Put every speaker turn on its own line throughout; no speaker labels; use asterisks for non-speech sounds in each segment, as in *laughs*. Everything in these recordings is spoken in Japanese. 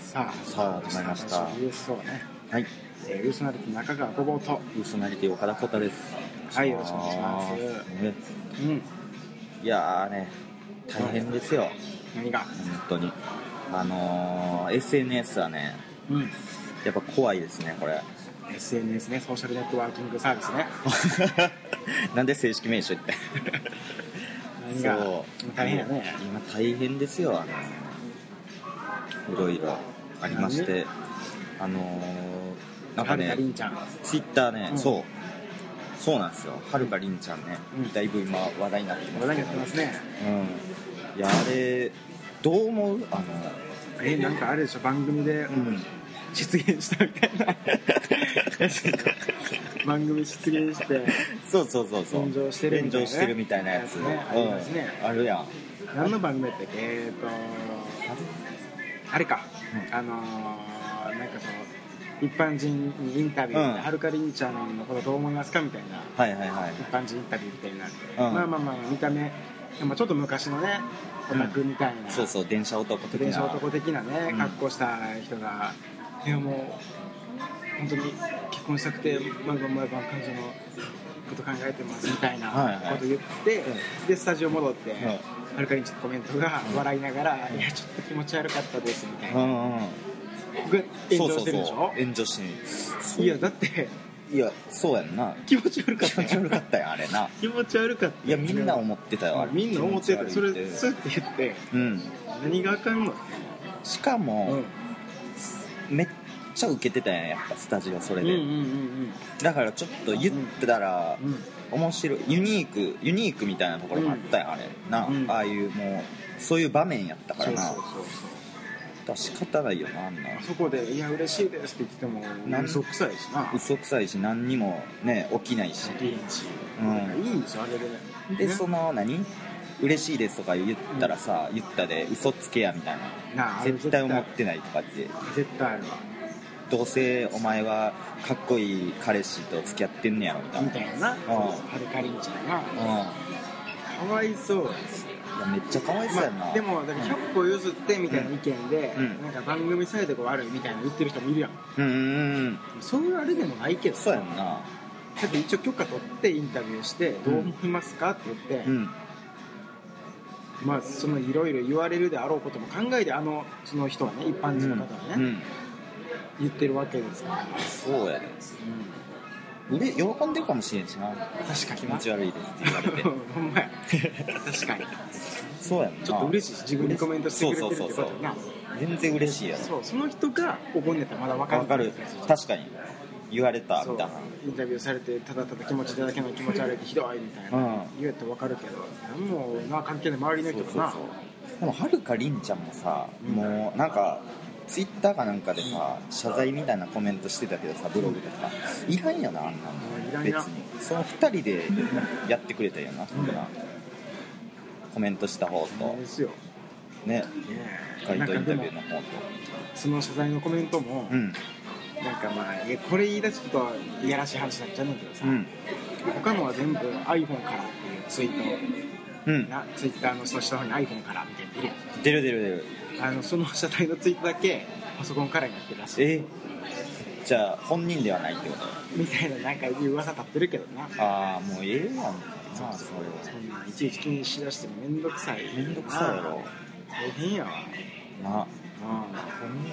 さあ、
さあ始まりました
そうね。
はい、
えー、ウーソナリティ中川ごぼうと。
ウーソナリティ岡田浩太です。
はいよろしくお願いします
ね
うん。
いやーね、大変ですよ、
何が。
本当に。あのー、SNS はね、
うん。
やっぱ怖いですね、こ
*laughs*
れ。
S. N. S. ね、ソーシャルネットワーキングサービスね。
なんで正式名称言って。
何が。大変やね。
今大変ですよ、あのー、いろいろありまして。あのー、なんか
や
ね
はり、りんちゃん。
ツイッターね、
うん
そう。そうなんですよ。はるかりんちゃんね、
うん
だいぶ今話題になってますけど
話題になってますね。
うんいやあれどう思うあの
えー、なんかあれでしょ、番組で、
うん *laughs*
実現したみたいな。番組出現して。
そうそうそうそう
炎上してるみたいなね
炎上してるみたいなやつ
ねありますね
うん、あるやん
何の番組やったっけえー、とあれか、
う
あのー、なんかその一般人にインタビューで、
うん
はるかりんちゃんのことどう思いますかみたいな
はいはいはい
一般人インタビューみたいになって、
うん
まあまあまあ見た目でもちょっと昔のねオタクみたいな、
そうそう電車男的な
電車男的なね
うん
格好した人が、いやもう本当に結婚したくて毎晩毎晩彼女のこと考えてますみたいな
はいはい
こと言って、でスタジオ戻って、
ん
はるかにちょっとコメントが
うん
笑いながら、いやちょっと気持ち悪かったですみたいうな、
んうん
ぐ炎上
そう
し
そ
て
う
るでし
そう
ょ
炎上し
いやだって
いやそうやんな
気持ち悪かっ
気
た
持ち
よ
悪かったよあれな
気持ち悪かった
いやみんな思ってたよあれ
みんな思ってた
気
そ
持ち悪
れ
いって
そうやって言って
うん
何があかんの、
しか
うん、うん
も、めっちゃウケてたやんやっぱスタジオそれ
うんうん
で、
うん
だからちょっと言ってたら、
うん
面白いユニークユニークみたいなところもあったよ、あれな、
うん
ああいうもうそういう場面やったからな
そうそうそうそう
だから仕方ないよなあんな
あそこで「いや嬉しいです」って言っても
なん
嘘くさいしな
嘘くさいし何にもね起きないし、
リンチ
う
いいんですよあれで
ん、で
ね
その何嬉しいですとか言ったらさ、言ったで嘘つけやみたい
な
な
あ
絶対思ってないとかって
絶対あるわ
どうせお前はかっこいい彼氏と付き合ってんねやろみたい
み
な
たいな
あ
はるかりんちゃんが
うんいや
かわいそうです
めっちゃかわいそうやな、
まあでもだから100歩譲ってみたいな意見で
うん
なんか番組サイドが悪いみたいなの言ってる人もいるやん
うんうんうん
そういうあれでもないけど
そう
だ
やんな
って一応許可取ってインタビューして「どう思いますか?」って言っ
う
て
ん
まあそのいろいろ言われるであろうことも考えてあのその人はね一般人の方は
うんう
ね
ん
言ってるわけですから
そうやで、うれ喜んでるかもしれんしな
確かに
気持ち悪いですって言われて
ほんまや確かに
*laughs* そうやんな
ちょっと嬉しいし自分にコメントしてくれてるって
そ
こ
うそう
と
そう
や
そう
な
全然嬉しいやろ
そうその人が怒んねたらまだ分かる
わかる確かに言われた
そう
みたいな
インタビューされてただただ気持ちだけの気持ち悪いってひどいみたいな、
うん
言うやったら分かるけど何もな関係ない周りの人
そう
がな
そうそうでもはるかりんちゃんもさ、
うん
もうなんかツイッターかなんかでさ謝罪みたいなコメントしてたけどさブログとかいらんよなあんな
うんいら
の
んいらん
別にその2人でやってくれたよな、
ん
コメントした方
そう
と
ですよ、
ね
ね、
街
なん
頭イ
か
ン
で
タ
も
ビューの方と
その謝罪のコメントも、
うん
なんかまあいやこれ言い出すといやらしい話になっちゃうんだけどさ、
うん
他のは全部 iPhone からっていうツイー
うん
トなツイッターのその下の方に iPhone からみたいなの出る
出る
やん
出る出る
あのその謝罪のツイートだけパソコンからになってるらしい
えじゃあ本人ではないってこと
みたいななんかいう噂立ってるけどな
ああもうええやん
そ
まあ
うそう
それ
そ
は
んなんいちいち気にしだしてもめんどくさい
めんどくさいやろ
大変やわ
な
うんだ
本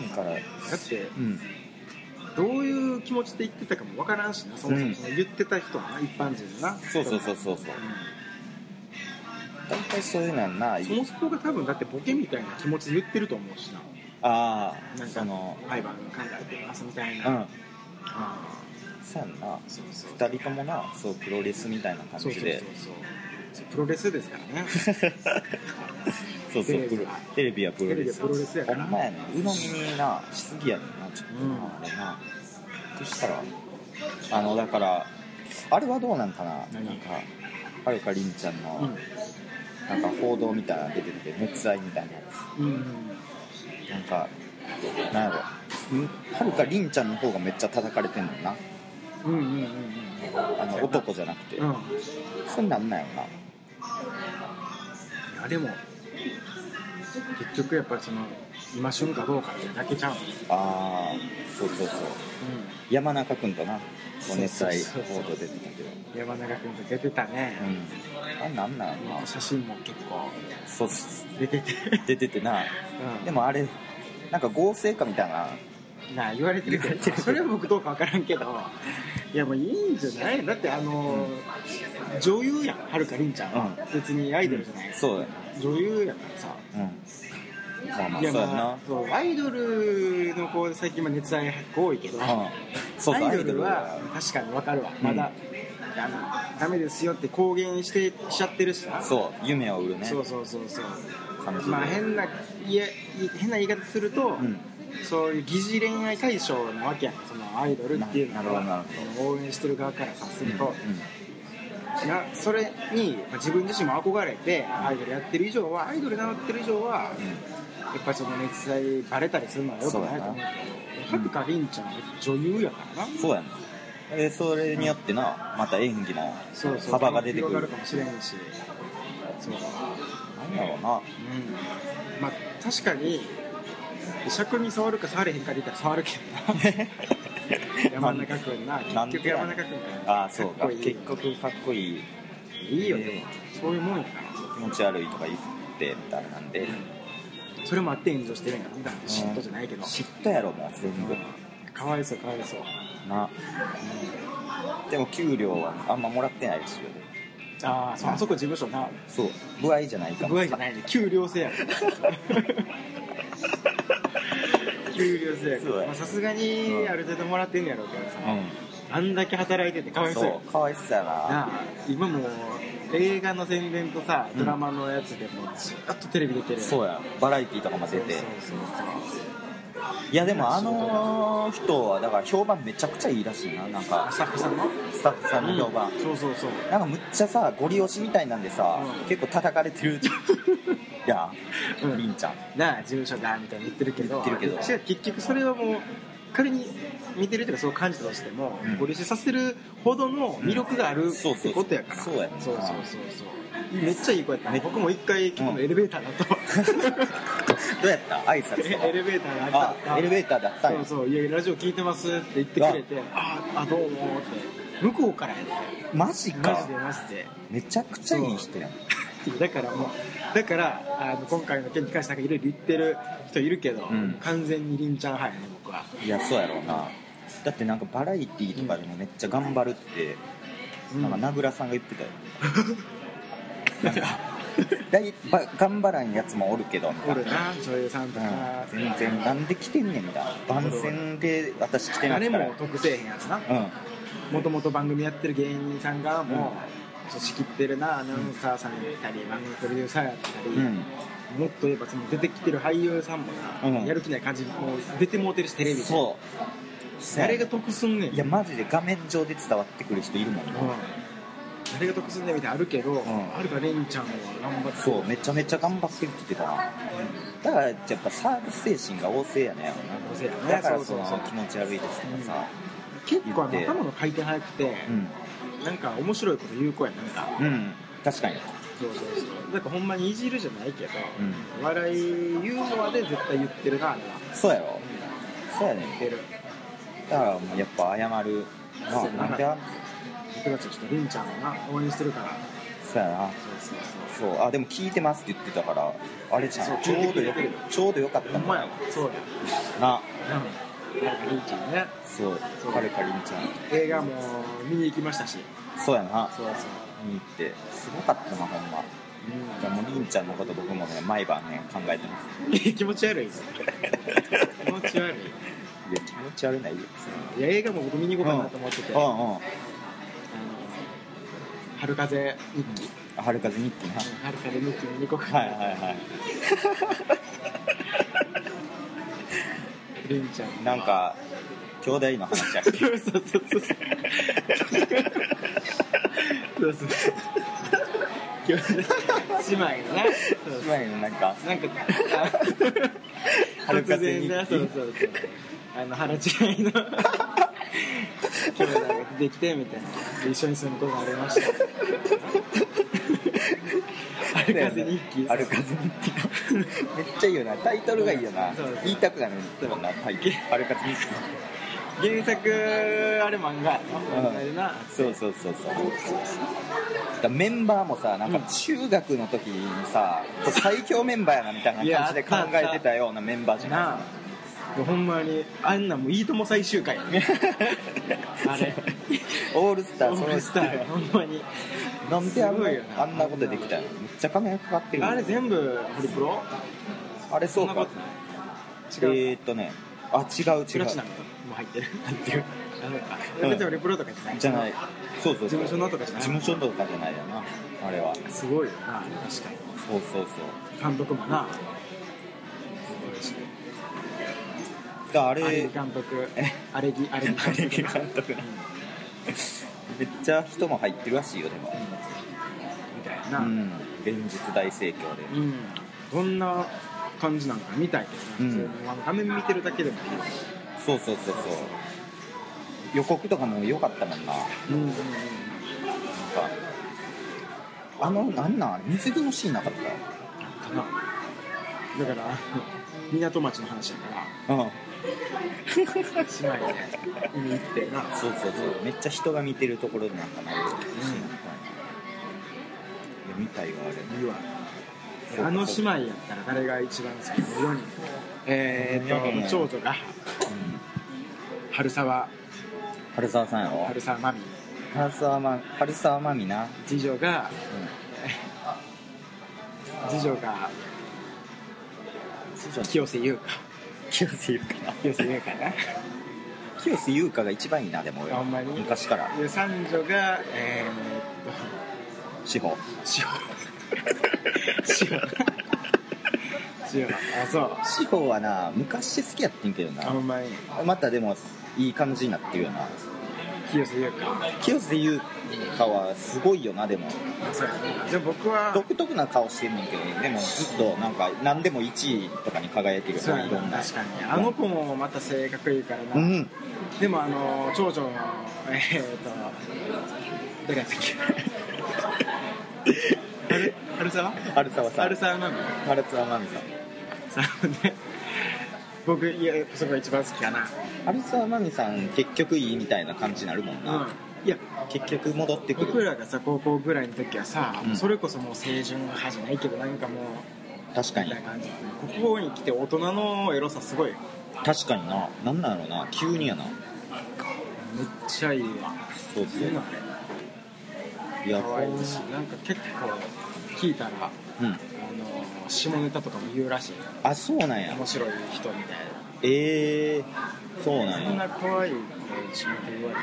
人から
って
うん
どういう気持ちで言ってたかもわからんしなそもそもその言ってた人はな一般人のな
そうそうそうそうそう大体そういうのやんなあ
うんそもそもが多分だってボケみたいな気持ちで言ってると思うしな
あ
な
ー
んか
その
毎晩考えてますみたいうな、うん
んそうやんな
そうそう
二人ともなそうプロレスみたいな感
そうそう
じ
そう
で
そうプロレスですからね
そうそう
テレビ
プロテレビはプロレス
テレビはプロレスや
ほ
から
んまやね鵜呑みになしすぎやねんなちょっとな、
うん
あれなそしたらあのだからあれはどうなんかな
何
なんかはるかりんちゃんの、 *laughs*
うん
なんか報道みたいなの出てて熱愛みたいなや
うん
つなんかなんやろんはるかりんちゃんの方がめっちゃ叩かれてんのよな
うんうんうんうん
あの男じゃなくて、
うん
そんなんなんやろない
やでも結局やっぱりその今旬かどうかってだけちゃうの、
ああそうそうそう山中君とな温熱帯報道出てたけど
山中君と出てたね、
うんあなんなんまあ
写真も結構
そうそう *laughs*
出てて、
出ててな
うん
でもあれなんか合成かみたいな
なあ言われてる
言われてる
それは僕どうか分からんけどいやもういいんじゃないだってあの、女優やんはるかりんちゃんは、別にアイドルじゃない、
そうや
女優やからさ
うんまあまあ
い
そ
や
うや
まあ
な
そうアイドルの子最近まあ熱愛派多いけど、
うんそうそう
アイドルは確かに分かるわ、
ん
まだあのダメですよって公言してしちゃってるしな
そう夢を売るね
そうそうそうそう
感じで
まあ変な言え変な言い方すると、
うん
そういう疑似恋愛対象なわけやんそのアイドルっていうの
なな
は
るほど
応援してる側からさす
うん
ると、なそれにまあ自分自身も憧れてアイドルやってる以上はアイドル名乗ってる以上は、
うんうん
やっぱりその熱愛バレたりするのはよくないと思
そうだ
うけど
な
はるかりんちゃんは女優やからな
そうやなでそれによってなまた演技の
そうそう
幅が出てく
広がる
る
かもしれんしそう
なんやろうな
うんまあ確かに尺に触るか触れへんかで言ったら触るけどな山中君な
なん
結
で
局山中君から
ああそうか
かっこいい
結局かっこいい
いいよでも
え
そういうもんやか
気持ち悪いとか言ってみたいなんで
らそれもあって炎上してるんやろだから嫉妬じゃないけど、
嫉妬やろもう全部
うんかわいそうかわいそう、
なでも給料はあんまもらってないですよ
ああそうあそこ事務所な
そう部合じゃないかも
具合じゃないね給料制やから給料制やか
そう
ら
や
まあさすがにある程度もらってんねやろうけどさ、あんだけ働いててかわ
うん
いそうや
そうかわいそうやな
なあ今もう映画の宣伝とさ
うん
ドラマのやつでもずっとテレビ出てる
そううやバラエティーとかも出て
そうそうそう
いやでもあの人はだから評判めちゃくちゃいいらしいななんか
スタッフさんの
スタッフさんの評判、
うんそうそうそう
なんかむっちゃさゴリ押しみたいなんでさ、
うん
結構叩かれてる
*laughs*
いや、
うん
りんち *laughs* ゃん
なあ事務所だみたいに言ってるけど
言ってるけど
私は結局それはもう仮に見てる人がそう感じたとしても、
うん
ご利用させるほどの魅力があるってことやから、
そうそうそう
そ
そううやな
そうそうそうめっちゃいい子やったね僕も一回結構エレベーターだったわ、
*laughs* どうやった挨拶とか
エレベーターがあ
あ
った
エレベーターだったんや
そうそう「いやラジオ聞いてます」って言ってくれて「ああどうも」って向こうからやね
マジ
マジ
か
でマジで
めちゃくちゃいい人やん
*laughs* だからもうだからあの今回の件に関してなんかいろいろ言ってる人いるけど、
うん
完全にりんちゃん派やね僕はい
やそうやろうなだってなんかバラエティーとかでもめっちゃ頑張るって、なんか名倉さんが言って
*laughs*
たよなんかだいば頑張らんやつもおるけどみ
お
たいな、
るな女優さんとか、
うん、全然なんで来てんねんみたいな番宣で私来てます
誰
から
も得せえへんやつな
うん
もともと番組やってる芸人さんがもう組織ってるなアナウンサーさんやったり番組プロデューサーやったり、
うん
もっと言えばその出てきてる俳優さんもな、
うん
やる気ない感じもう出てもうてるしテレビで
そう
誰が得すんねん
いやマジで画面上で伝わってくる人いるもん
う
な、
ん誰が得すんねんみたいなのあるけど、
ん
あるかレンちゃんは頑張って
そうめちゃめちゃ頑張ってるって言ってたなだからやっぱサービス精神が旺盛やね
旺盛やね
だから
そ
そう
そう
の
そう
気持ち悪いですとかさ
結構あの
言って
頭の回転早くて、
うん、
なんか面白いこと言う子やんなんか
うん、確かに
そうそうそうなんかほんまにいじるじゃないけど、
う
笑いユーモアで絶対言ってるなあれは、
そうやろ
う
そうやね
ん、言ってる
だからもうやっぱ謝るな
そうやな
なんであ
僕たちちょっとレンちゃんをな応援してるから
そうやな
そうそうそ
そうあでも聞いてますって言ってたからあれじ
そう
ゃんち
聞い
ょ
て
う
く
ど
れ
よ
てる
ちょうどよかった
うほんまやわそう
な
やうんなんかレンちゃんね
そう
そう
はるかりんちゃん
映画も見に行きましたし
そうやな
そうそう
見に行ってすごかったなほんま
うん
じゃあもうりんちゃんのこと僕もね毎晩ね考えてます
気持ち悪い気持ち悪
いや気持ち悪ないよ
*laughs* いいや映画も僕見に行こうかなと思ってて「
うんう
あの
ん
春風日記」
春風日記な
うん春風日記見に行こうか
は
な
いはいはい
りんちゃん
なんか兄弟の話やっけ
そうそうそうそうそうそうそう今日姉妹のなそうそう
前のなんか
なんかあ
春
突
風
然
日記
なそうそうそうあの腹違いの兄弟が出て *laughs* きてみたいな一緒に住むことがありました歩かず日記
歩かず日記めっちゃいいよなタイトルがいいよな
そうです
言いたくなるもんなタイトル歩かず日記
原作あれ漫画やな漫画でな
そうそうそうそうだからメンバーもさなんか中学の時にさ、こう最強メンバーやなみたい
い
な
や
感じで考えてたようなメンバーじゃない
なあほんまにあんなんもういいとも最終回やねあれ
オールスター
オ
そ
ー
の
ルスターやほんまに
なんであんな
すごいよな
あんなことできたのめっちゃ金がかかってるよ
あれ全部ホリプロ
あれそう
なこ
か
と
え
ない違う
ー、っとねあ違う
プ
違
ラ
う
チナムも入ってる
っていう
あのか
うん
別にホリプロとかじゃない
じゃないそうそうそう
事務所のとかじゃない
事務所とかじゃないよなあれは
すごいよな確かに
そうそうそう
監督もな
だからあ
あれ
れ
監督
え
あれぎあ
あ
れ
れ
ぎ
木監督ねめっちゃ人も入ってるらしいよでも
みたいうな、
ん連日大盛況で
うん、どんな感じなんか見たいけどな、
うん
普通にあの画面見てるだけでもいいよ、
そうそうそうそう予告とかも良かったもんななんか
うんうんうん、
あのなんなんあれ水着のシーンなかっ
かなだからあ *laughs* の港町の話やか
たうん
ら姉妹で海行ってな
そうそうそうめっちゃ人が見てるところでなんかなるシーンあったんやいや見たいわあれ
いいわあの姉妹やったら誰が一番好きなの4人
え
宮本の長女が春沢
春沢さんやろ
春沢真美
春沢ま春沢まみな、
次女が
う
次女が
ん、ちょっと
清瀬優香
清瀬優香な
清瀬優香な
清瀬優香が一番いいなでも俺
あほんまに
昔から
で三女がえー、っと
志 *laughs* 保
塩塩塩あそう
志保はな昔好きやってんけど
あほ
なん
まに
またでもいい感じになってるよな
清瀬優香
清瀬優香はすごいよなでも
そうやねじゃあ僕は
独特な顔してんねんけどねでもずっとなんか何でも1位とかに輝いてるよ
そう
な
や
い
ね
ろんな
確かにあの子もまた性格いいからな、
うん
でもあの長女のえー、っと誰やったっけ春春沢
春沢さん
春沢なの
春沢まみさん
さね僕いやそこが一番好きかな
春沢まみさん結局いいみたいな感じになるもんな、
うんいや
結局戻ってくる
僕らがさ高校ぐらいの時はさ、
うん
それこそもう青春派じゃないけどなんかもう
確か
み
に
たいな感じ国語に来て大人のエロさすごいよ
確かにななんなんやろうな急にやな
めっちゃいいわ
そう
いい
そ
なあ
うい
れ
や
可愛いしなんか結構聞いたらあ
うん
の下ネタとかも言うらしいよ
あそうなんや
面白い人みたい
ええそう
な
な
そん
んや
な可愛い子に下ネタ言わ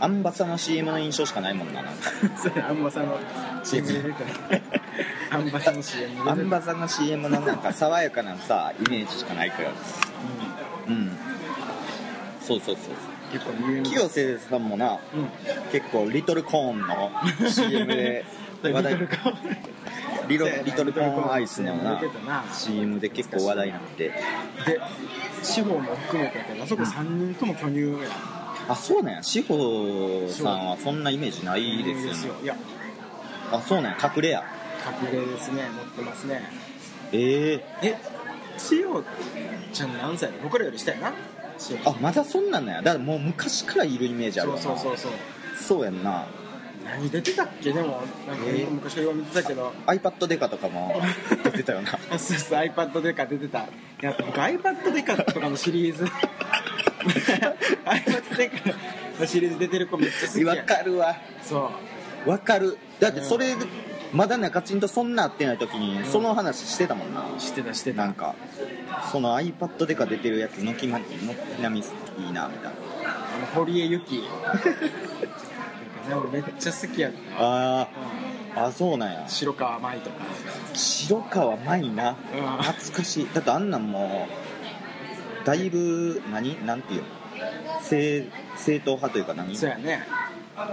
アンバサの CM の印象しかないもんななんか
*laughs* れてそれあんまさんの CM に出てるあんまさんの CM に出てる
アンバサの CM のなんか爽やかなさイメージしかないからうんそうそうそう
うん結構有名
清瀬さんもな
うん
結構リトルコーンの CM で
*laughs* リ
話
ト
題
ルコ
リロリトルコーンアイスのな
出てたな
CM で結構話題になって
で司法も含めてやけどあそこ3人とも巨乳や
あそうなんや志保さんはそんなイメージないですよね
いや
あそうなんや隠れや
隠れですね持ってますね
ええ
え千代ちゃん何歳だ僕らより下やな千代
あまだそんなんなんやだからもう昔からいるイメージある
そ
わ
う
な
そうそうそう
そうやんな
何出てたっけでもなんか
えー
昔からよう見てたけど
iPad デカとかも出て
*laughs*
たよな
あそうそう iPad デカ出てたいや僕 iPad デカとかのシリーズ iPad デカのシリーズ出てる子めっちゃ好きや
わかるわ
そう
わかるだってそれ、まだ中ちんとそんな合ってない時に
ん
その話してたもんな、
知ってた知ってた
なんかその iPad デカ出てるやつ軒並み軒並みいいなみたいな
あの堀江由紀なんかね俺めっちゃ好きやった、う
あ
ん
ーあそうなんや
白川舞とか
白川舞な
うん
懐かしいだってあんなんもうだいぶ何なんていうの正正統派というか何
そうやね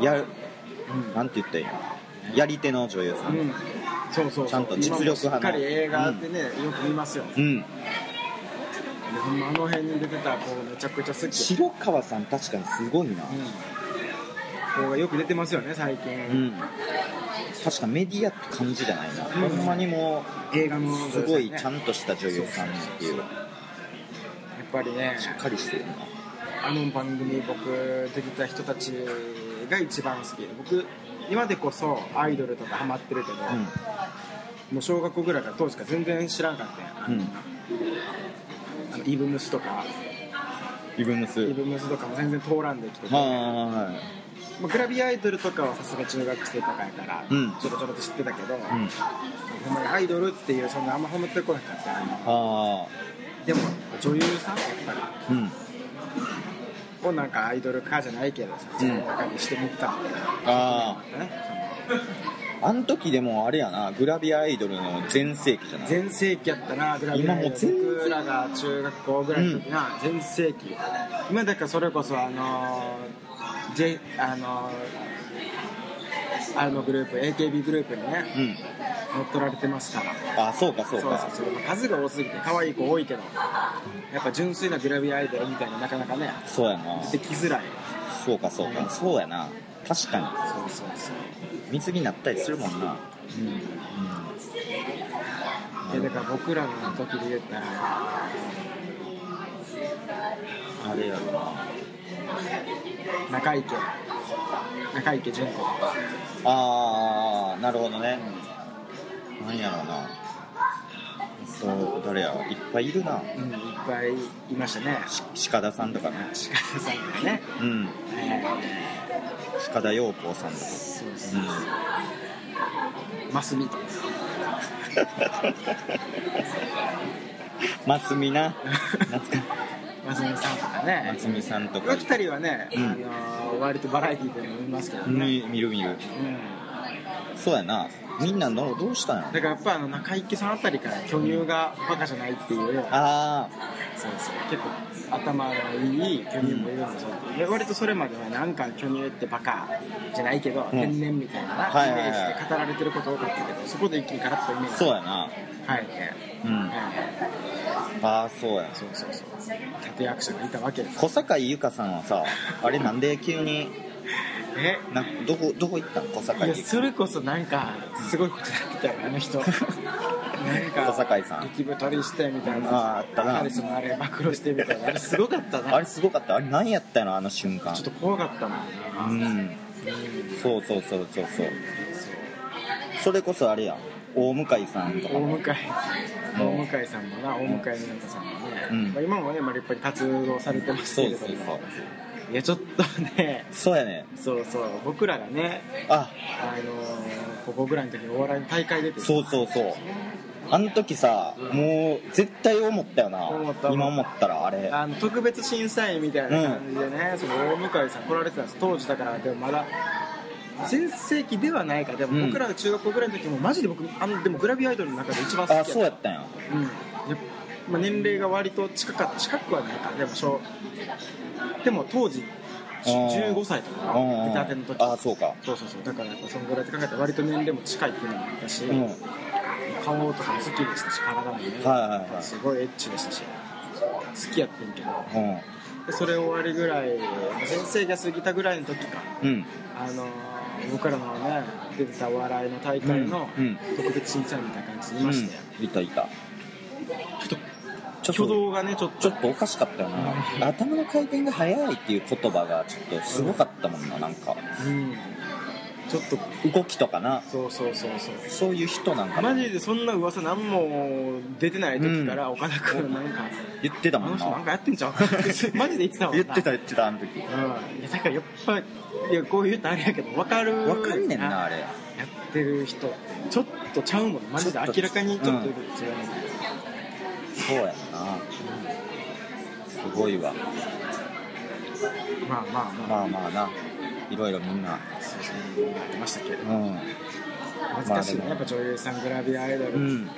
や
うん
なんて言ったらいいのやり手の女優さん、
うん、そうそうそう
ちゃんと実力派の
今もしっかり映画ってね、よく見ますよ
うん
でほんまあの辺に出てた子めちゃくちゃ好き
白川さん確かにすごいな
うん子がよく出てますよね最近、
うん確かメディアって感じじゃないな、ほんまにも
映画の
うすごいちゃ
んと
んとした女優さんっていう
やっぱりね
しっかりしてるな
あの番組僕出てた人たちが一番好き僕今でこそアイドルとかハマってるけど、
う
もう小学校ぐらいから当時から全然知らんかったやんあの
んうん
あのイブムスとか
イブムス
イブムスとかも全然通らんできてて、
は
まあ、グラビアアイドルとかはさすが中学生とかやから、
うん
ちょろちょろと知ってたけど、
ーいうん
ほんまにアイドルっていうそんなあんま褒めてこなかったやん
あ
でも女優さんやっぱ
ーうん
りをなんかアイドルかじゃないけどさ自分の中にしてみたみたい
あ
な、ね
ああの時でもあれやなグラビアアイドルの全盛期じゃない
全盛期やったなグラビア
今もう全然
僕らが中学校ぐらいの時な、全盛期今だからそれこそあのー J あのー、あのグループ AKB グループにね
うん
乗っ取られてますから
あそうかそう
そう
か
そうそう数が多すぎて可愛い子多いけどやっぱ純粋なグラビアアイドルみたいななかなかね
そうやな
出てきづらい
そうかそうかそうやな確かに
そうそうそう
水着になったりするもんな
でだから僕らの時で言ったら
あれやろな
中池中池純子とか
あーなるほどねなんやろうなそう誰やいっぱいいるな
うん、いっぱいいましたね。
し鹿田さんとかね
近田さんがね。
うん
え
鹿田陽子さんとか
ー、そうです
うん
ね。マスミとか。
ますみな懐
*laughs*
か
マスミさんとかね。
ますみさんと
この
か
二人はね、
うん
あのー割とバラエティーでも見ますけどね。
み見る見る
うん。
そうやなみんなのどうしたんやろ
だからやっぱあの中池さんあたりから巨乳がバカじゃないっていう。
ああ
そうそう。結構頭のいい巨乳もいるんですよ。で割とそれまではなんか巨乳ってバカじゃないけど、
うん
天然みたいなな
はい
イ
はいはい
メージで語られてること多かったけど、そこで一気にガラッとイメージ。
そうやな
はいね。
うんああそうや
そうそうそう立役者がいたわけです
小坂井由香さんはさあれなんで急に
え
などこどこ行ったん小坂
い
井
や
由香
それこそなんかすごいことやってたよあ
*laughs*
の人なんか
小坂井さん
力太りしてみたい
ああ
な
あったな
カリスのあれ暴露してみたいなあれすごかったな
あれすごかったあれ何やったのあの瞬間
ちょっと怖かったもんな
う
うん
ん
そう
そうそうそうそうそうそれこそあれやん大向井さんとか
大
も
向井大向井さんもな大向井美奈子さんもね、
うん
まあ、今もね、まあ、立派に活動されてます
そ
け
う
れ
そ
ど
うそう
もいやちょっとね
そうやね
そうそう僕らがね
あ
あのー、ここぐらいの時にお笑いの大会出て
そうそうそうあの時さもう絶対思ったよな
思った
今思ったらあれ
あの特別審査員みたいな感じでね、その大向井さん来られてたんです当時だからでもまだ全盛期ではないかで
う
も
ん
僕らが中学校ぐらいの時もマジで僕あのでもグラビアアイドルの中で一番好き
あそうや
っ
ったんや
た、うんやっぱまあ、年齢が割と近か近くはないかでも小でも当時
あー
15歳とか
うんうん
出たての時
あそうか
そうそうそうだからやっぱそのぐらいって考えたら割と年齢も近いっていうのもあったし、
うん
顔とかも好きでしたし体もね、
はいはいはい
すごいエッチでしたし好きやってんけど
うん
でそれ終わりぐらい先生が過ぎたぐらいの時か
うん
あのー僕らのね出てたお笑いの大会の
うんうん
特別審査員みたいな感じでいましたよ、
うんいたいた
ちょっ
ち
と
ょ
挙
っと
動がねちょっと
ちょっとおかしかったよな頭の回転が速いっていう言葉がちょっとすごかったもんななんか
うんちょっと
動きとかな
そうそうそうそう
そういう人なんかな
マジでそんな噂何も出てない時から岡田君なんか、
言ってた
あ
も
の
ん
人なん
な *laughs*
かやってん *laughs* ちゃうマジで言ってたもん
言
な
ってた言ってたあの時
うんいやだからやっぱいやこう言うとあれやけど分かる
わかんねんなあれ
やってる人ってちょっとちゃうもんマジで明らかにちょっと違うみたいな
そうやんなすごいわ
まあまあまあ
まあまあないろいろみんな
そうそういうのがありましたけれど
う
も
ん
懐かしい
まあ
ねやっぱ女優さんグラビアアイドル、
うん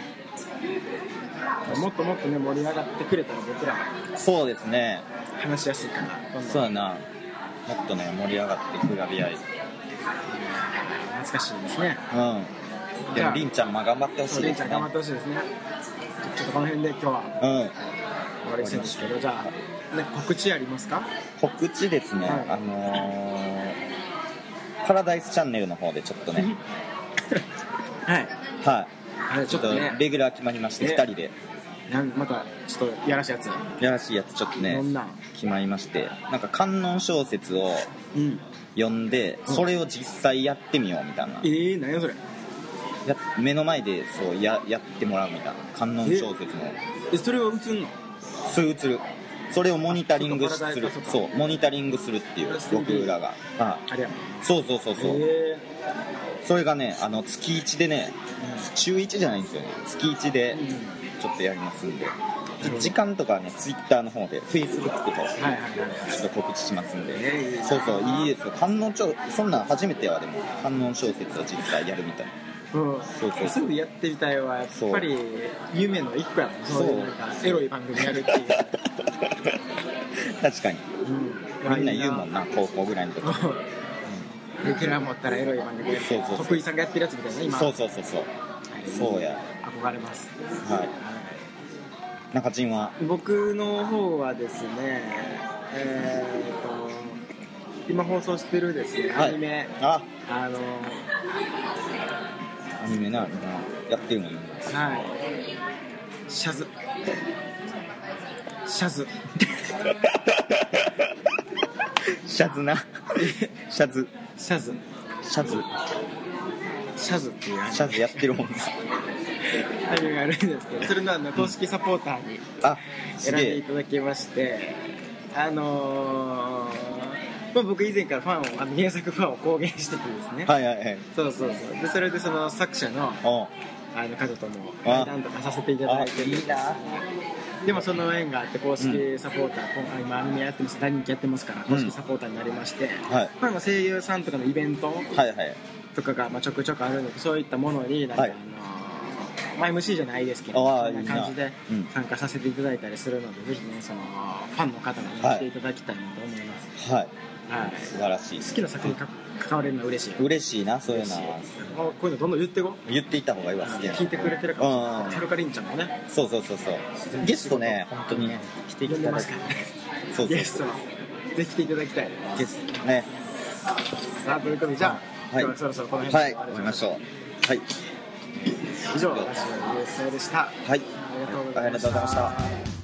もっともっとね盛り上がってくれたら僕ら
そうですね
話しやすいかなどんどん
そうやなもっとね盛り上がってグラビアイ
懐かしいですね
うんでもりんちゃんまあ頑張ってほし
そう
い
レ
で
ンち
す
ゃん
ね
頑張ってほしいですねちょっとこの辺で今日は
うん
終わりにしたいんですけどじゃあ、ね、告知ありますか
告知ですね、
はい *laughs*
あのーパラダイスチャンネルの方でちょっとね
はい
は
*laughs* はい
い
ちょっとね
レギュラー決まりまして
ね
2人で
なんまたちょっとやらしいやつ
やらしいやつちょっとね
飲んだん
決まりましてなんか観音小説を
うん
読んで
うん
それを実際やってみようみたいな
えー、何やそれ
や目の前でそうややってもらうみたいな観音小説の
えそれは映んの
すぐ映るそれをモニタリング
あ
す
そっか
る
パラダイスかそ
そ
っ
うモニタリングするっていう
そっか
僕らがあ
あれや
そうそうそうそう、
え
それがねあの月1でね
ー
週1じゃないんですよね月1で
うんうん
ちょっとやりますんで
ほど
時間とかはねツイッターの方でフェイスブックとか
はいはいはいはい
ちょっと告知しますんで、
ええいいな
そうそういいですよ観音小そんなん初めてはでも観音小説を実際やるみたい *laughs*
うん
そうそう
すぐやってみたいはやっぱり夢の一個やもん
そう
そういうなんかエロい番組やるっていう、
確かに
うん
*laughs* みんな言うもんな高校ぐらいの時
うんレギュラー持ったらエロい番組やる
そうそうそう
徳井さんがやってるやつみたいな今
そうそうそうそう
はい
そうや
憧れます
はい中陣は
僕の方はですねえー、と今放送してるですね、
はい
アニメ
あ
あの
アニメなみんなやってるもんね
はいシャズシャズ
シャズな *laughs* シャズ
シャズ
シャズ
シャズっていうアニメ
シャズやってるもんです
アニメがあるんですけどそれのあの公式サポーターに
あす
選んで
げ
い
え
ただきましてあのーまあ、僕以前からファンをあの原作ファンを公言しててですね、
はいはいはい
そうそうそうでそれでその作者の
おう
あの方とも
あ
対談とかさせていただ
あ
いて
いいな
でもその縁があって公
う
式サポーター、今回今アニメやってます大人気やってますから
うん
公式サポーターになりまして、
はい
まあ、声優さんとかのイベント
はいはい
とかがまあちょくちょくあるのでそういったものになんか、
はい
あのまあ、MC じゃないですけど
あー
そんな感じ
いい
で
なうん
参加させていただいたりするので、ぜひねそのファンの方に
は
来
い
ていただきたいなと思います、
はい
はい
素晴らしい
好きな作品か関われるのは嬉しい
嬉しいなそういう
嬉
の
しい
は
もうこういうのどんどん言ってこ
言っていった方がいいわ好きな
聞いてくれてるかもしれ
う
なんいはるかりんちゃんもね
そうそうそうそうゲストね本当にね来てい
呼んで
ただ
ま
き
すからね
そうそう
ゲストはぜひ来ていただきたい
ゲストね
さあということでじゃあ、
はい
今日はそろそろこの辺
は
で
い
終わり
行きま
ま
し
しょう、
ょうはい
以上私の USA でした
はい
ありがとうご
あ
ざい
りが
ま
とうございま
し
した
た